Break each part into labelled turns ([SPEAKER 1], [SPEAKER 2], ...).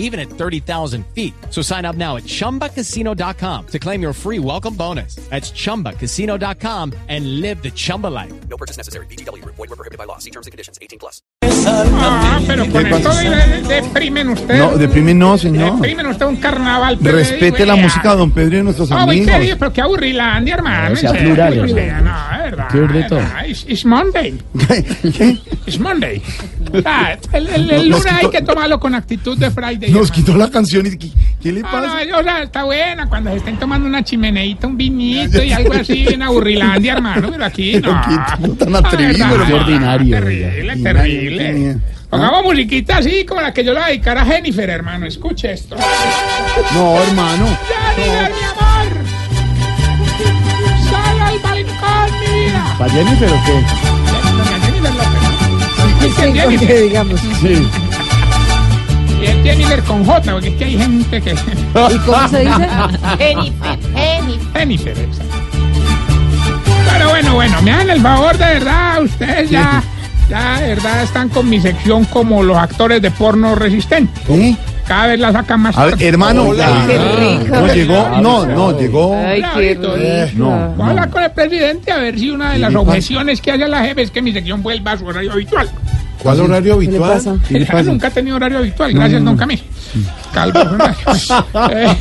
[SPEAKER 1] even at 30,000 feet. So sign up now at ChumbaCasino.com to claim your free welcome bonus. That's ChumbaCasino.com and live the Chumba life.
[SPEAKER 2] No purchase necessary. BGW. Void were prohibited by law. See terms and conditions. 18 plus.
[SPEAKER 3] Ah, pero con
[SPEAKER 4] ¿Qué
[SPEAKER 3] esto
[SPEAKER 4] pasa?
[SPEAKER 3] de- de- deprimen ustedes.
[SPEAKER 4] No, deprime no, señor.
[SPEAKER 3] Deprimen ustedes un carnaval. pero
[SPEAKER 4] Respete
[SPEAKER 3] digo,
[SPEAKER 4] la
[SPEAKER 3] vea.
[SPEAKER 4] música de Don Pedro y de nuestros
[SPEAKER 3] Oh, voy
[SPEAKER 4] amigos.
[SPEAKER 3] serio, pero qué aburrilandia, hermano.
[SPEAKER 5] No, sea
[SPEAKER 3] en serio,
[SPEAKER 5] plural,
[SPEAKER 3] o sea,
[SPEAKER 5] hombre.
[SPEAKER 3] No, es verdad.
[SPEAKER 5] Qué bonito.
[SPEAKER 3] es verdad. It's, it's Monday.
[SPEAKER 4] ¿Qué?
[SPEAKER 3] It's Monday. Ah, el el, el
[SPEAKER 4] Nos
[SPEAKER 3] lunes hay
[SPEAKER 4] quitó-
[SPEAKER 3] que tomarlo con actitud de Friday.
[SPEAKER 4] Nos
[SPEAKER 3] hermano.
[SPEAKER 4] quitó la canción y ¿qué, qué le
[SPEAKER 3] Ah, No,
[SPEAKER 4] pasa?
[SPEAKER 3] no, o sea, está buena cuando se estén tomando una chimeneita, un vinito y algo así, bien aburrilandia, hermano, pero aquí no.
[SPEAKER 4] Pero qué tan atrevido,
[SPEAKER 3] Ah,
[SPEAKER 4] hermano.
[SPEAKER 3] qué ordinario.
[SPEAKER 5] Ordinario,
[SPEAKER 3] Terrible,
[SPEAKER 4] ya.
[SPEAKER 3] terrible.
[SPEAKER 4] Ordinario, ¿Ah?
[SPEAKER 3] Pongamos musiquita así como la que yo la dedicara a Jennifer, hermano. Escuche esto.
[SPEAKER 4] No, hermano.
[SPEAKER 3] Jennifer, mi amor. Sal al balcón, mi vida.
[SPEAKER 5] ¿Para Jennifer o qué?
[SPEAKER 3] Jennifer López. Es que Jennifer-
[SPEAKER 6] digamos.
[SPEAKER 5] Sí.
[SPEAKER 3] es Jennifer con J, porque es que hay gente que...
[SPEAKER 6] ¿Y cómo se dice?
[SPEAKER 3] Jennifer. exacto. Eh, Pero bueno, bueno, me dan el favor de verdad, ustedes ya, ya de verdad están con mi sección como los actores de porno resistentes.
[SPEAKER 4] ¿Eh?
[SPEAKER 3] Cada vez la sacan más.
[SPEAKER 4] A ver,
[SPEAKER 3] atrás.
[SPEAKER 4] hermano.
[SPEAKER 6] qué
[SPEAKER 4] ah,
[SPEAKER 6] rico.
[SPEAKER 4] No llegó, no, no, llegó.
[SPEAKER 6] Ay, qué
[SPEAKER 3] Clarito,
[SPEAKER 4] eh,
[SPEAKER 6] rico.
[SPEAKER 4] no.
[SPEAKER 3] Voy a hablar con el presidente a ver si una de las
[SPEAKER 4] pasa?
[SPEAKER 3] objeciones que hace la jefe es que mi sección vuelva a su horario habitual.
[SPEAKER 4] ¿Cuál horario
[SPEAKER 6] le
[SPEAKER 4] habitual?
[SPEAKER 6] pasa?
[SPEAKER 4] ¿Qué le pasa?
[SPEAKER 3] Nunca ha tenido horario habitual, gracias, don Camilo. Calvo. Eh,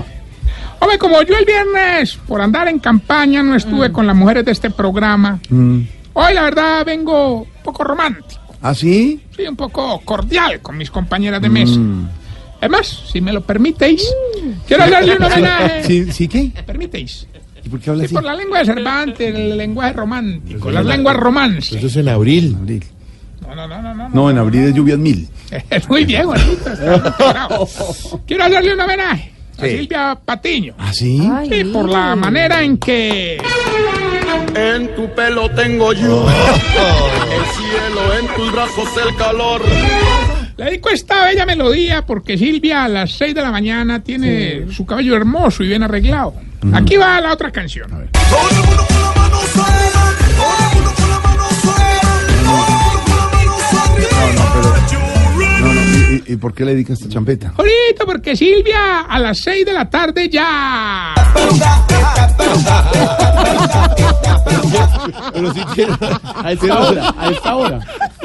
[SPEAKER 3] Hombre, como yo el viernes, por andar en campaña, no estuve con las mujeres de este programa, hoy la verdad vengo un poco romántico,
[SPEAKER 4] ¿Ah, sí?
[SPEAKER 3] soy un poco cordial con mis compañeras de mesa. Además, si me lo permitéis, quiero darle un homenaje.
[SPEAKER 4] ¿Sí, sí qué?
[SPEAKER 3] ¿Permitéis?
[SPEAKER 4] ¿Y por qué habla
[SPEAKER 3] Sí,
[SPEAKER 4] así?
[SPEAKER 3] por la lengua de Cervantes, el lenguaje romántico, las lenguas romances.
[SPEAKER 4] Pues es en abril. abril.
[SPEAKER 3] No, no, no, no, no.
[SPEAKER 4] No, en abril es lluvias mil.
[SPEAKER 3] Es muy bien, bonito. está muy bravo. Quiero hacerle un homenaje a Silvia Patiño.
[SPEAKER 4] ¿Ah, sí?
[SPEAKER 6] Ay,
[SPEAKER 3] Sí, por la manera en que.
[SPEAKER 7] En tu pelo tengo yo
[SPEAKER 4] Oh.
[SPEAKER 7] el cielo, en tus brazos el calor.
[SPEAKER 3] Le dedico esta bella melodía porque Silvia a las 6 de la mañana tiene su cabello hermoso y bien arreglado. Aquí va la otra canción.
[SPEAKER 7] Todo el mundo con la mano suena, todo el mundo con la mano suena, todo el mundo con la mano
[SPEAKER 4] No, no. ¿Y, y- y por qué le dedicas esta champeta?
[SPEAKER 3] Ahorita, porque Silvia a las 6 de la tarde ya.
[SPEAKER 8] Pero sí que a esta hora, a esta hora.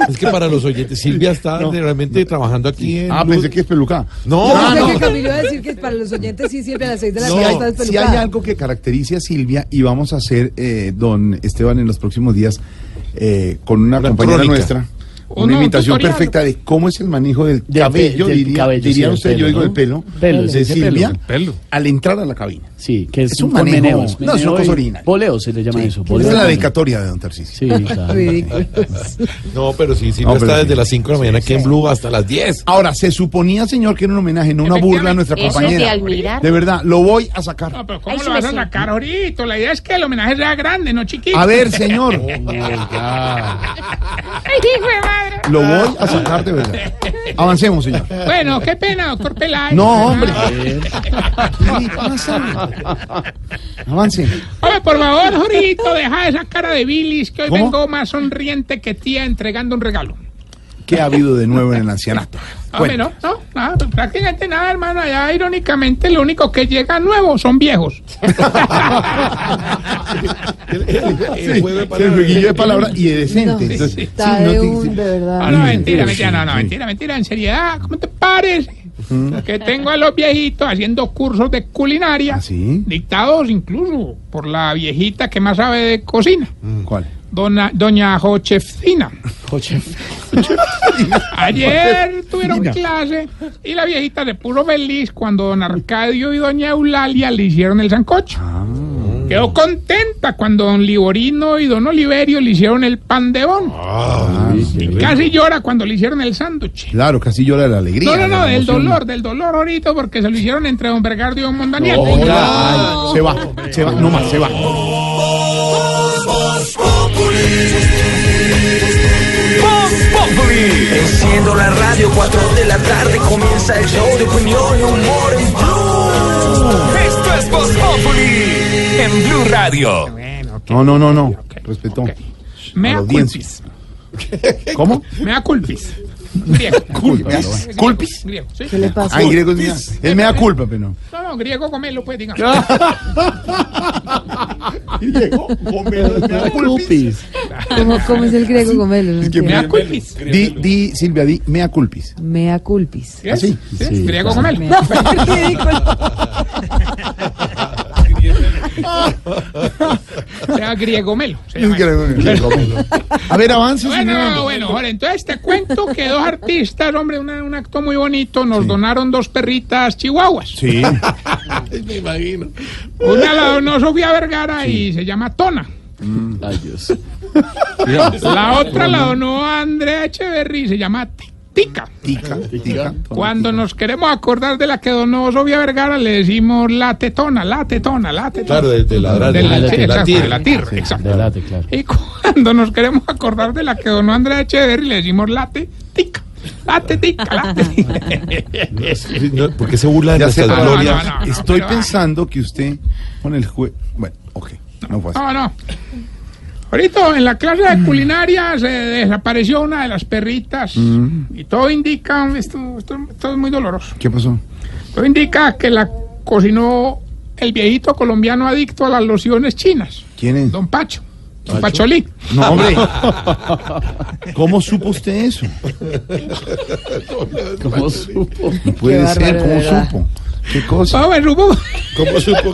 [SPEAKER 8] Es que para los oyentes, Silvia está realmente trabajando aquí en.
[SPEAKER 4] Ah, pensé que es peluca.
[SPEAKER 8] No,
[SPEAKER 6] Yo
[SPEAKER 8] no,
[SPEAKER 6] pensé
[SPEAKER 8] no.
[SPEAKER 6] que Camilo iba a decir que para los oyentes sí siempre a las 6 de la
[SPEAKER 8] No,
[SPEAKER 6] tarde está
[SPEAKER 4] Si hay
[SPEAKER 6] despelucada.
[SPEAKER 4] algo que caracteriza a Silvia y vamos a hacer, eh, don Esteban, en los próximos días eh, con una,
[SPEAKER 8] Una
[SPEAKER 4] compañera
[SPEAKER 8] crónica.
[SPEAKER 4] nuestra,
[SPEAKER 3] O
[SPEAKER 4] una
[SPEAKER 3] no, un
[SPEAKER 4] imitación
[SPEAKER 3] tutorial.
[SPEAKER 4] perfecta de cómo es el manejo del
[SPEAKER 5] Del
[SPEAKER 4] cabello,
[SPEAKER 5] pe- del
[SPEAKER 4] diría,
[SPEAKER 5] cabello,
[SPEAKER 4] diría
[SPEAKER 5] sí, del
[SPEAKER 4] usted, yo
[SPEAKER 5] pelo,
[SPEAKER 4] digo
[SPEAKER 5] ¿no?
[SPEAKER 4] el pelo,
[SPEAKER 5] Pelo, se
[SPEAKER 4] de
[SPEAKER 5] dice
[SPEAKER 4] Silvia
[SPEAKER 5] pelo,
[SPEAKER 4] al entrar a la cabina.
[SPEAKER 5] Sí, que es,
[SPEAKER 4] Es un
[SPEAKER 5] con
[SPEAKER 4] manejo,
[SPEAKER 5] meneo,
[SPEAKER 4] es- no, es una
[SPEAKER 5] meneo
[SPEAKER 4] cosa
[SPEAKER 5] y-
[SPEAKER 4] orina.
[SPEAKER 5] Boleo se le llama eso.
[SPEAKER 4] Esa
[SPEAKER 5] boleo.
[SPEAKER 4] es la dedicatoria de don Tarcisio.
[SPEAKER 5] Sí, Ah, claro.
[SPEAKER 6] Ridículos.
[SPEAKER 8] No, pero sí, Silvia
[SPEAKER 4] No, pero
[SPEAKER 8] está
[SPEAKER 4] sí. Ah,
[SPEAKER 8] desde las 5 de la mañana aquí en Blue hasta las 10.
[SPEAKER 4] Ahora, se suponía, señor, que era un homenaje, no una burla a nuestra
[SPEAKER 9] Eso es
[SPEAKER 4] compañera.
[SPEAKER 9] de admirar.
[SPEAKER 4] De verdad, lo voy a sacar.
[SPEAKER 3] No, pero ¿cómo
[SPEAKER 9] Ay,
[SPEAKER 3] lo vas a
[SPEAKER 9] sí.
[SPEAKER 3] sacar ahorita? La idea es que el homenaje sea grande, no chiquito.
[SPEAKER 4] A ver, señor,
[SPEAKER 5] Oh,
[SPEAKER 3] Ay, hijo de madre.
[SPEAKER 4] lo voy a sacar de verdad. Avancemos, señor.
[SPEAKER 3] Bueno, qué pena, doctor Peláez.
[SPEAKER 4] No, hombre. ¿Qué le pasa? Avance.
[SPEAKER 3] Hombre, por favor, Jorito, deja esa cara de bilis que hoy
[SPEAKER 4] ¿Cómo?
[SPEAKER 3] vengo más sonriente que tía entregando un regalo.
[SPEAKER 4] ¿Qué ha habido de nuevo en el ancianato?
[SPEAKER 3] Hombre, no, no, nada, pues, prácticamente nada, hermano. Allá, irónicamente, lo único que llega nuevo son viejos.
[SPEAKER 4] Sí, el jueguillo de palabras y de decente.
[SPEAKER 6] No,
[SPEAKER 4] Entonces,
[SPEAKER 6] está
[SPEAKER 4] sí, no
[SPEAKER 6] de
[SPEAKER 4] te-
[SPEAKER 6] un,
[SPEAKER 4] sí.
[SPEAKER 6] de
[SPEAKER 3] Ah, No,
[SPEAKER 6] verdad.
[SPEAKER 3] no,
[SPEAKER 4] Mm,
[SPEAKER 3] mentira,
[SPEAKER 4] sí,
[SPEAKER 3] mentira, no, no,
[SPEAKER 4] sí.
[SPEAKER 3] mentira, mentira, en seriedad, ¿cómo te parece? Que tengo a los viejitos haciendo cursos de culinaria,
[SPEAKER 4] ¿Ah, sí?
[SPEAKER 3] dictados incluso por la viejita que más sabe de cocina,
[SPEAKER 4] Mm. ¿Cuál?
[SPEAKER 3] dona- doña Jochefina. Ayer tuvieron
[SPEAKER 4] Mira.
[SPEAKER 3] clase y la viejita se puso feliz cuando don Arcadio y doña Eulalia le hicieron el sancocho. Quedó contenta cuando don Liborino y don Oliverio le hicieron el pan de bono. Casi llora cuando le hicieron el sándwich.
[SPEAKER 4] Claro, casi llora de la alegría.
[SPEAKER 3] No, no,
[SPEAKER 4] de la
[SPEAKER 3] no, del
[SPEAKER 4] emoción.
[SPEAKER 3] dolor, del dolor ahorita porque se lo hicieron entre don Bergardo y don Mondaniel.
[SPEAKER 4] Hola. Oh, Ay, Se va, se va, no más, se va.
[SPEAKER 7] suena.
[SPEAKER 9] Enciendo la radio, 4 de la tarde comienza el show de opinión y humor en Blue. Esto es Voz Populi en Blue Radio.
[SPEAKER 3] Bueno, ok,
[SPEAKER 4] No, no, no, no.
[SPEAKER 3] ok,
[SPEAKER 4] Respetó.
[SPEAKER 3] ok.
[SPEAKER 4] A
[SPEAKER 3] Mea
[SPEAKER 4] la audiencia.
[SPEAKER 3] culpis.
[SPEAKER 4] ¿Cómo?
[SPEAKER 3] Mea culpis. Griego.
[SPEAKER 4] Culpis. ¿Culpis?
[SPEAKER 3] Griego, sí.
[SPEAKER 6] ¿Qué le pasa?
[SPEAKER 4] Ah, en griego es mea. Es mea culpa, pero no.
[SPEAKER 3] No, no, griego comelo, pues, diga.
[SPEAKER 4] Griego, mea
[SPEAKER 5] Culpis.
[SPEAKER 6] ¿Cómo, cómo es el griego Gomelo? No
[SPEAKER 4] que
[SPEAKER 6] entiendo.
[SPEAKER 3] Mea culpis.
[SPEAKER 4] Di, di, Silvia, di mea culpis.
[SPEAKER 6] Mea culpis.
[SPEAKER 3] ¿Sí?
[SPEAKER 4] ¿Así?
[SPEAKER 3] ¿Sí?
[SPEAKER 5] Sí,
[SPEAKER 3] griego
[SPEAKER 5] claro.
[SPEAKER 3] comelo.
[SPEAKER 6] Mea- Ridículo.
[SPEAKER 3] O sea, griego melo. se
[SPEAKER 4] Es
[SPEAKER 3] llama eso.
[SPEAKER 4] griego, griego, mea. A ver, avance,
[SPEAKER 3] Bueno,
[SPEAKER 4] señor.
[SPEAKER 3] bueno, Jorge, entonces te cuento que dos artistas, hombre, una- un acto muy bonito, nos donaron dos perritas chihuahuas.
[SPEAKER 4] Sí.
[SPEAKER 8] Me imagino.
[SPEAKER 3] Una la donó Sofía Vergara y se llama Tona.
[SPEAKER 5] Ay, Dios.
[SPEAKER 3] La otra la donó Andrea Echeverry y se llama Ti- Tica.
[SPEAKER 4] Tica, tica.
[SPEAKER 3] Cuando nos queremos acordar de la que donó Sofía Vergara, le decimos la tetona, la tetona, la tetona.
[SPEAKER 8] Claro, de, de ladrar.
[SPEAKER 3] De la,
[SPEAKER 5] Ah, la
[SPEAKER 3] sí,
[SPEAKER 5] tetona.
[SPEAKER 3] exacto, de
[SPEAKER 8] latir.
[SPEAKER 3] la tir, exacto.
[SPEAKER 5] Delate, claro.
[SPEAKER 3] Y cuando nos queremos acordar de la que donó Andrea Echeverry, le decimos late, tica, late, tica, late, tica.
[SPEAKER 8] Sí, no, ¿Por qué se burlan de
[SPEAKER 4] Ya sé,
[SPEAKER 8] nuestras
[SPEAKER 4] pero-
[SPEAKER 3] no,
[SPEAKER 8] glorias?
[SPEAKER 3] no, no, no,
[SPEAKER 4] Estoy
[SPEAKER 3] pero-
[SPEAKER 4] pensando que usted con el juez. Bueno, ok. No fue así.
[SPEAKER 3] No, no. Ahorita en la clase de culinaria se desapareció una de las perritas
[SPEAKER 4] Mm.
[SPEAKER 3] y todo indica, esto, esto, esto es muy doloroso,
[SPEAKER 4] ¿Qué pasó?
[SPEAKER 3] todo indica que la cocinó el viejito colombiano adicto a las lociones chinas,
[SPEAKER 4] ¿Quién es?
[SPEAKER 3] don Pacho, don Pacholí.
[SPEAKER 4] No, hombre. ¿Cómo supo usted eso?
[SPEAKER 5] ¿Cómo supo?
[SPEAKER 4] No puede
[SPEAKER 6] bárbaro,
[SPEAKER 4] ser, ¿cómo
[SPEAKER 6] de verdad.
[SPEAKER 4] supo? ¿Qué cosa?
[SPEAKER 3] Ah, bueno, supo-
[SPEAKER 8] ¿Cómo supo?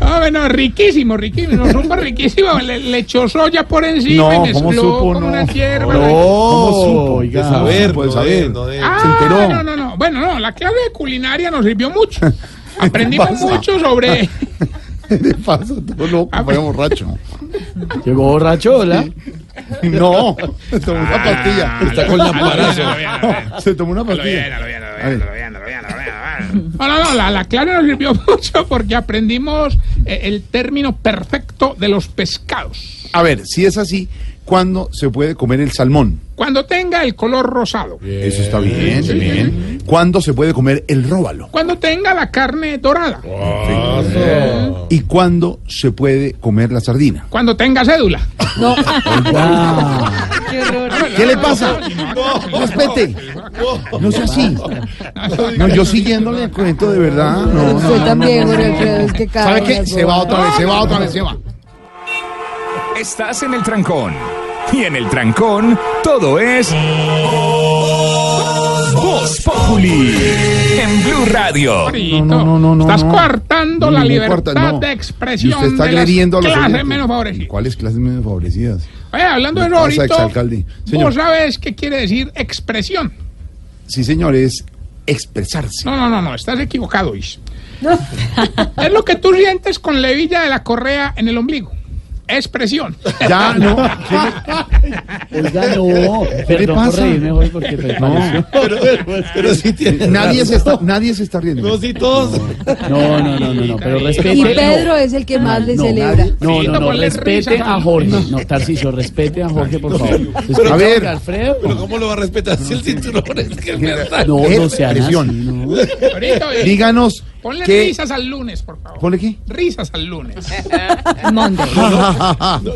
[SPEAKER 3] ah, bueno, riquísimo, riquísimo, supo riquísimo, le, le echó soya por encima
[SPEAKER 4] No,
[SPEAKER 3] y
[SPEAKER 4] ¿cómo
[SPEAKER 3] mezcló
[SPEAKER 4] supo?
[SPEAKER 3] con
[SPEAKER 4] No.
[SPEAKER 3] una hierba.
[SPEAKER 4] ¿Cómo supo?
[SPEAKER 5] oiga.
[SPEAKER 4] De
[SPEAKER 8] A ver,
[SPEAKER 4] Puede
[SPEAKER 8] no
[SPEAKER 4] saber.
[SPEAKER 8] de- no de-
[SPEAKER 3] Ah,
[SPEAKER 4] Se enteró.
[SPEAKER 3] no, no, no. Bueno, no, la clase de culinaria nos sirvió mucho. Aprendimos mucho Ah, sobre...
[SPEAKER 4] ¿Qué pasa? Todo loco, fue
[SPEAKER 3] pues.
[SPEAKER 4] borracho.
[SPEAKER 5] Llegó borracho, hola.
[SPEAKER 4] No, se tomó
[SPEAKER 3] Ah,
[SPEAKER 4] una pastilla.
[SPEAKER 8] Está con la
[SPEAKER 3] A ver, a ver, a ver.
[SPEAKER 4] Se tomó una
[SPEAKER 3] Lo bien,
[SPEAKER 4] pastilla.
[SPEAKER 3] lo bien, lo bien, lo bien, lo bien, lo bien, lo bien. No, no, no, la, la clara nos sirvió mucho porque aprendimos eh, el término perfecto de los pescados.
[SPEAKER 4] A ver, si es así, ¿cuándo se puede comer el salmón?
[SPEAKER 3] Cuando tenga el color rosado,
[SPEAKER 4] Eso está bien, bien. ¿Cuándo se puede comer el róbalo?
[SPEAKER 3] cuando tenga la carne dorada,
[SPEAKER 8] Oh.
[SPEAKER 3] Oh.
[SPEAKER 4] ¿Y cuándo se puede comer la sardina?
[SPEAKER 3] cuando tenga cédula.
[SPEAKER 6] No, qué horror.
[SPEAKER 3] Ah,
[SPEAKER 4] ¿Qué le pasa? Respete. No sea así. No, yo siguiéndole el cuento de verdad. No, no,
[SPEAKER 6] Usted
[SPEAKER 4] no, no.
[SPEAKER 6] también, Jorge Alfredo, es que cada
[SPEAKER 4] ¿Sabe
[SPEAKER 6] una
[SPEAKER 4] qué?
[SPEAKER 6] es
[SPEAKER 4] Se va
[SPEAKER 6] boba.
[SPEAKER 4] otra vez, se va otra vez, se va.
[SPEAKER 10] Estás en el trancón. Y en el trancón, todo es. Voz Populi. En Blue Radio.
[SPEAKER 3] Marito,
[SPEAKER 4] no, no, no, no,
[SPEAKER 3] Estás
[SPEAKER 4] no.
[SPEAKER 3] coartando
[SPEAKER 4] No,
[SPEAKER 3] la
[SPEAKER 4] no, no,
[SPEAKER 3] libertad
[SPEAKER 4] cuarta, no.
[SPEAKER 3] de
[SPEAKER 4] Y
[SPEAKER 3] expresión
[SPEAKER 4] usted está
[SPEAKER 3] de las
[SPEAKER 4] agrediendo a los
[SPEAKER 3] clases
[SPEAKER 4] oyentes.
[SPEAKER 3] menos favorecidas.
[SPEAKER 4] ¿Cuáles clases menos favorecidas?
[SPEAKER 3] Oye, hablando de
[SPEAKER 4] Me pasa,
[SPEAKER 3] Norito,
[SPEAKER 4] exalcalde.
[SPEAKER 3] ¿vos
[SPEAKER 4] Señor.
[SPEAKER 3] sabes qué quiere decir expresión?
[SPEAKER 4] Sí, señores, expresarse.
[SPEAKER 3] No, no, no, no, estás equivocado, Is. es lo que tú sientes con la hebilla de la correa en el ombligo. Expresión.
[SPEAKER 4] Ya, no. ¿qué le-
[SPEAKER 5] Oiga, no.
[SPEAKER 4] le
[SPEAKER 5] Perdón por
[SPEAKER 4] pasa?
[SPEAKER 5] reírme, Jorge, porque te pareció.
[SPEAKER 8] Pero, pero, pero sí tiene.
[SPEAKER 4] Nadie se está, nadie se está riendo.
[SPEAKER 8] No, sí, todos.
[SPEAKER 5] No, no, no, no, no, pero respete.
[SPEAKER 6] Y
[SPEAKER 5] no,
[SPEAKER 6] Pedro es el que más le
[SPEAKER 5] no,
[SPEAKER 6] celebra.
[SPEAKER 5] No, no, no,
[SPEAKER 3] Ponle
[SPEAKER 5] respete
[SPEAKER 3] risas,
[SPEAKER 5] a Jorge. No, Tarciso, respete a Jorge, por favor. Respete
[SPEAKER 4] A ver.
[SPEAKER 5] Jorge Alfredo.
[SPEAKER 8] Pero ¿cómo lo va a respetar si el cinturón es que es verdad?
[SPEAKER 5] No, no sean así,
[SPEAKER 4] Expresión.
[SPEAKER 5] no.
[SPEAKER 3] Ahorita, oye,
[SPEAKER 4] Díganos
[SPEAKER 3] ponle
[SPEAKER 4] qué.
[SPEAKER 3] risas al lunes, por favor.
[SPEAKER 4] ¿Ponle qué?
[SPEAKER 3] Risas al lunes.
[SPEAKER 8] No,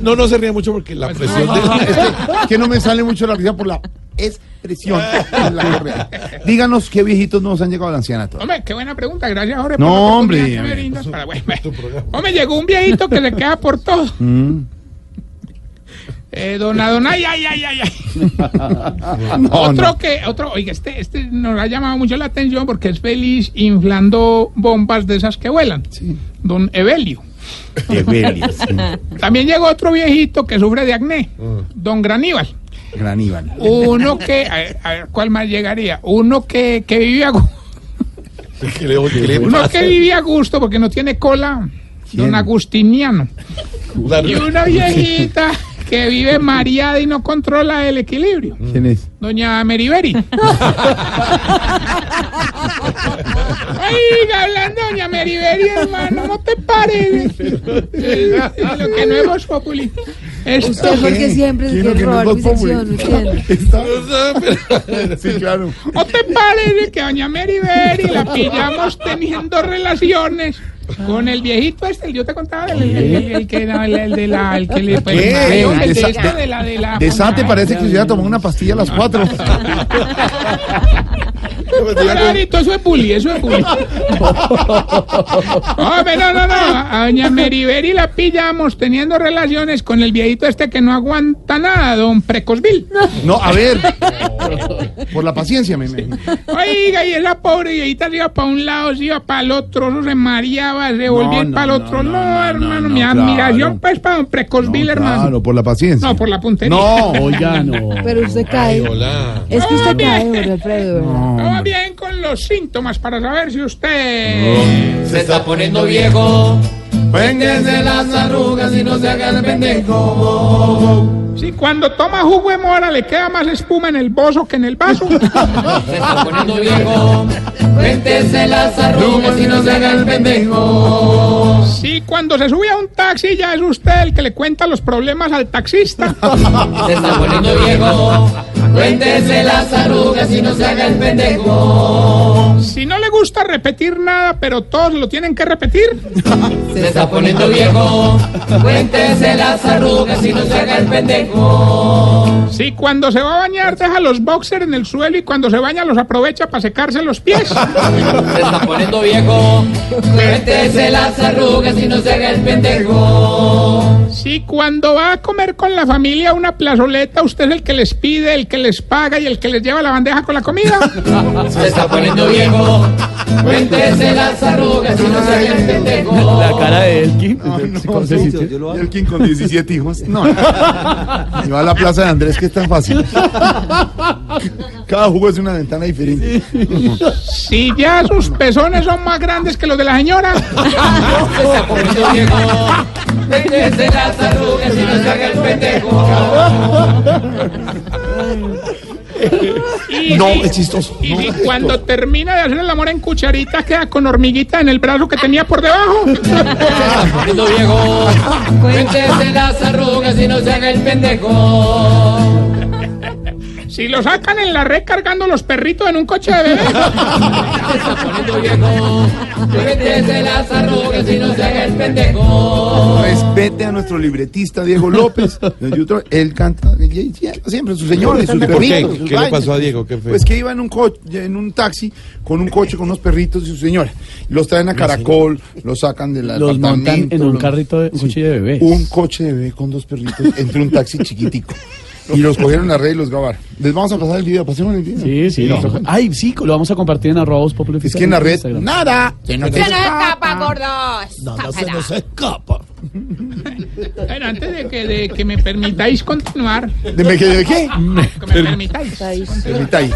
[SPEAKER 8] no, no se ríe mucho porque la presión este, del...
[SPEAKER 4] Que no me sale mucho la risa por la expresión. en la correa. Díganos qué viejitos nos han llegado al ancianato.
[SPEAKER 3] Hombre, qué buena pregunta. Gracias, Jorge.
[SPEAKER 4] No,
[SPEAKER 3] la
[SPEAKER 4] hombre,
[SPEAKER 3] oportunidad
[SPEAKER 4] pues,
[SPEAKER 3] que me
[SPEAKER 4] hombre.
[SPEAKER 3] brindas para- bueno, hombre, llegó un viejito que le queda por todo.
[SPEAKER 4] Mm.
[SPEAKER 3] Eh, don Adonai, ay, ay, ay, ay.
[SPEAKER 4] Ah, No,
[SPEAKER 3] otro
[SPEAKER 4] no.
[SPEAKER 3] que, otro, oiga, este, este nos ha llamado mucho la atención porque es feliz inflando bombas de esas que vuelan. Don Evelio.
[SPEAKER 4] Evelio, sí.
[SPEAKER 3] También llegó otro viejito que sufre de acné,
[SPEAKER 4] Ah.
[SPEAKER 3] don Graníbal.
[SPEAKER 4] Gran Iván.
[SPEAKER 3] Mm. Uno que, a ver, a ver, ¿cuál más llegaría? Uno que, que vivía,
[SPEAKER 8] ¿Qué le, qué le
[SPEAKER 3] uno
[SPEAKER 8] pasa?
[SPEAKER 3] que vivía a gusto porque no tiene cola, don Agustiniano.
[SPEAKER 8] La-
[SPEAKER 3] Y una viejita que vive mareada y no controla el equilibrio,
[SPEAKER 4] ¿Quién es?
[SPEAKER 3] doña Meriberi. Oiga, hablando de doña Meriberi, hermano, no te pares. Eh, Lo que no hemos populi. Esto
[SPEAKER 6] Usted porque siempre se
[SPEAKER 4] Quiero
[SPEAKER 6] quiere
[SPEAKER 4] que no
[SPEAKER 6] robar
[SPEAKER 4] es
[SPEAKER 6] mi
[SPEAKER 4] Voz Populi.
[SPEAKER 6] sección, ¿no entiende?
[SPEAKER 4] Sí, claro.
[SPEAKER 3] ¿O te parece que doña Mary Berry la pillamos teniendo relaciones con el viejito este? El Yo te contaba del el, el- el que era el, el de la... El que le, pues,
[SPEAKER 4] ¿Qué?
[SPEAKER 3] Mario, el
[SPEAKER 4] El
[SPEAKER 3] de
[SPEAKER 4] desa-
[SPEAKER 3] esta, de la... De la
[SPEAKER 4] De Sante parece que se hubiera tomado una pastilla a las cuatro.
[SPEAKER 3] Clarito, eso es bully, eso es bully. Hombre, no, no, no. A doña Meriberi la pillamos teniendo relaciones con el viejito este que no aguanta nada, don Precosville.
[SPEAKER 4] No, a ver. Por la paciencia, me imagino.
[SPEAKER 3] Oiga, y la pobre viejita se iba para un lado, se iba para el otro, eso se mareaba, se volvía
[SPEAKER 4] no,
[SPEAKER 3] para el
[SPEAKER 4] no,
[SPEAKER 3] otro.
[SPEAKER 4] no,
[SPEAKER 3] No,
[SPEAKER 4] no,
[SPEAKER 3] hermano,
[SPEAKER 4] no,
[SPEAKER 3] mi
[SPEAKER 4] claro.
[SPEAKER 3] admiración pues para don Precosville, hermano.
[SPEAKER 4] Claro, por la paciencia.
[SPEAKER 3] No, por la puntería.
[SPEAKER 4] No,
[SPEAKER 5] Oiga, no.
[SPEAKER 6] Pero usted cae.
[SPEAKER 8] Hola.
[SPEAKER 6] Es que usted cae, don Alfredo. de verdad.
[SPEAKER 3] Todo bien con los síntomas para saber si usted...
[SPEAKER 4] Se está poniendo viejo. Pénganse las arrugas y no se hagan pendejo.
[SPEAKER 3] Si cuando toma jugo de mora le queda más espuma en el bozo que en el vaso.
[SPEAKER 4] Péntense las arrugas y no se hagan pendejo.
[SPEAKER 3] Si cuando se sube a un taxi ya es usted el que le cuenta los problemas al taxista.
[SPEAKER 4] Se está poniendo viejo. Péntense las arrugas y no se hagan pendejo.
[SPEAKER 3] Si no le gusta repetir nada, pero todos lo tienen que repetir.
[SPEAKER 4] Se está poniendo viejo. Péntense las arrugas y no se hagan pendejo.
[SPEAKER 3] Si cuando se va a bañar deja los boxers en el suelo y cuando se baña los aprovecha para secarse los pies.
[SPEAKER 4] Se está poniendo viejo. Péntense las arrugas y no se hagan pendejo.
[SPEAKER 3] Si cuando va a comer con la familia a una plazoleta, usted es el que les pide, el que les paga y el que les lleva la bandeja con la comida.
[SPEAKER 4] Se está poniendo viejo. Cuéntese las arrugas y no se haga el pendejo.
[SPEAKER 5] La cara de Elkin. ¿cómo se sintió?
[SPEAKER 4] el King con 17 hijos. No. Si va a la plaza de Andrés, que es tan fácil. Cada jugo es una ventana diferente.
[SPEAKER 3] Si ya sus pezones son más grandes que los de la señora.
[SPEAKER 4] Cuéntese las arrugas y no se haga el pendejo.
[SPEAKER 3] Y
[SPEAKER 4] No,
[SPEAKER 3] si-
[SPEAKER 4] es chistoso.
[SPEAKER 3] Y
[SPEAKER 4] No,
[SPEAKER 3] si
[SPEAKER 4] es
[SPEAKER 3] cuando termina de hacer el amor en cucharita, queda con hormiguita en el brazo que tenía por debajo.
[SPEAKER 4] Cuéntese las arrugas y no se haga el pendejo.
[SPEAKER 3] Si lo sacan en la red cargando los perritos en un coche de bebé.
[SPEAKER 4] Cuéntese las arrugas y no se haga el pendejo. Respete Pues a nuestro libretista Diego López. Él canta siempre sus señores, sus
[SPEAKER 8] ¿Por qué? ¿Qué le pasó a Diego? ¿Qué fue?
[SPEAKER 4] Pues que iba en un coche, en un taxi con un coche con unos perritos y su señora. Los traen a Caracol, los sacan del
[SPEAKER 5] Los montan
[SPEAKER 4] apartamento,
[SPEAKER 5] en un
[SPEAKER 4] los-
[SPEAKER 5] carrito, pues. de, un coche de bebé.
[SPEAKER 4] un coche de bebé con dos perritos entre un taxi chiquitico. Y los cogieron en la red y los grabaron. Les vamos a pasar el video, pasemos el video.
[SPEAKER 5] Sí, sí. lo- Ay, sí, lo vamos a compartir en arrobos populares.
[SPEAKER 4] Es que en la red nada.
[SPEAKER 3] Bueno, antes de que, de que me permitáis continuar,
[SPEAKER 4] ¿De, me- de qué?
[SPEAKER 5] Mm.
[SPEAKER 3] que me permitáis.
[SPEAKER 4] Permitáis.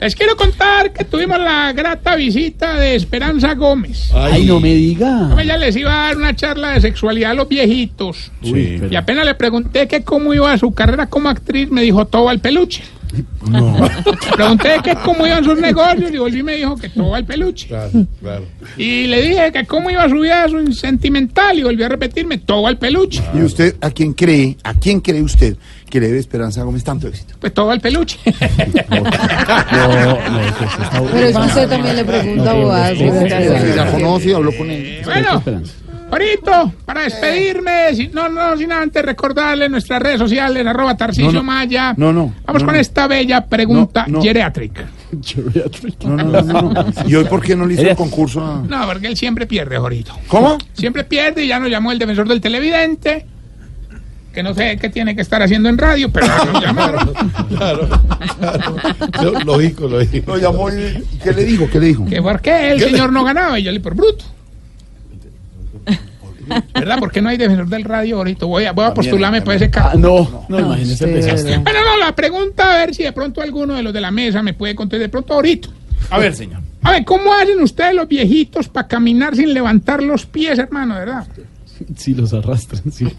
[SPEAKER 3] Les quiero contar que tuvimos la grata visita de Esperanza Gómez.
[SPEAKER 5] Ay, no me diga.
[SPEAKER 3] Ella les iba a dar una charla de sexualidad a los viejitos.
[SPEAKER 5] Uy, pero-
[SPEAKER 3] Y apenas le pregunté que cómo iba su carrera como actriz, me dijo todo al peluche. Pregunté que cómo iban sus negocios y volví y me dijo que todo al peluche.
[SPEAKER 8] Claro, claro.
[SPEAKER 3] Y le dije que cómo iba su vida su- sentimental y volvió a repetirme todo al peluche.
[SPEAKER 4] ¿Y usted a quién cree, a quién cree usted que le debe Esperanza Gómez tanto éxito?
[SPEAKER 3] Pues todo al peluche.
[SPEAKER 5] No, no, eso está-
[SPEAKER 6] Pero es que usted también le pregunta
[SPEAKER 5] No, no,
[SPEAKER 6] bobadas.
[SPEAKER 5] no, no,
[SPEAKER 6] don Alfredo.
[SPEAKER 4] Porque la conoce y habló con él.
[SPEAKER 3] bueno,
[SPEAKER 5] Esperanza.
[SPEAKER 3] ahorita, para despedirme, si- no, no, sin antes recordarle nuestras redes sociales, arroba Tarcicio
[SPEAKER 4] No, no.
[SPEAKER 3] Maya.
[SPEAKER 4] No, no.
[SPEAKER 3] Vamos
[SPEAKER 4] No,
[SPEAKER 3] con
[SPEAKER 4] no.
[SPEAKER 3] esta bella pregunta
[SPEAKER 4] No, no.
[SPEAKER 3] geriátrica.
[SPEAKER 4] No, no, no, no, no. ¿Y hoy por qué no le hizo el concurso a.?
[SPEAKER 3] No, porque él siempre pierde, Jorito.
[SPEAKER 4] ¿Cómo?
[SPEAKER 3] Siempre pierde y ya nos llamó el defensor del televidente. Que no sé qué tiene que estar haciendo en radio, pero ya nos llamaron.
[SPEAKER 8] Claro, claro. Lo- Lógico, lógico.
[SPEAKER 4] Lo llamó y. ¿Qué le dijo? ¿Qué le dijo?
[SPEAKER 3] que por qué el señor no ganaba y yo le por bruto. ¿Verdad? Porque no hay defensor del radio ahorita. Voy a, voy a postularme para ese
[SPEAKER 5] Ah,
[SPEAKER 3] cargo.
[SPEAKER 5] No, no, imagínese el
[SPEAKER 6] usted,
[SPEAKER 5] desastre.
[SPEAKER 3] Bueno, no, la pregunta a ver si de pronto alguno de los de la mesa me puede contestar de pronto ahorita.
[SPEAKER 4] A ver, señor.
[SPEAKER 3] A ver, ¿cómo hacen ustedes los viejitos para caminar sin levantar los pies, hermano, verdad?
[SPEAKER 5] Si los arrastran, sí.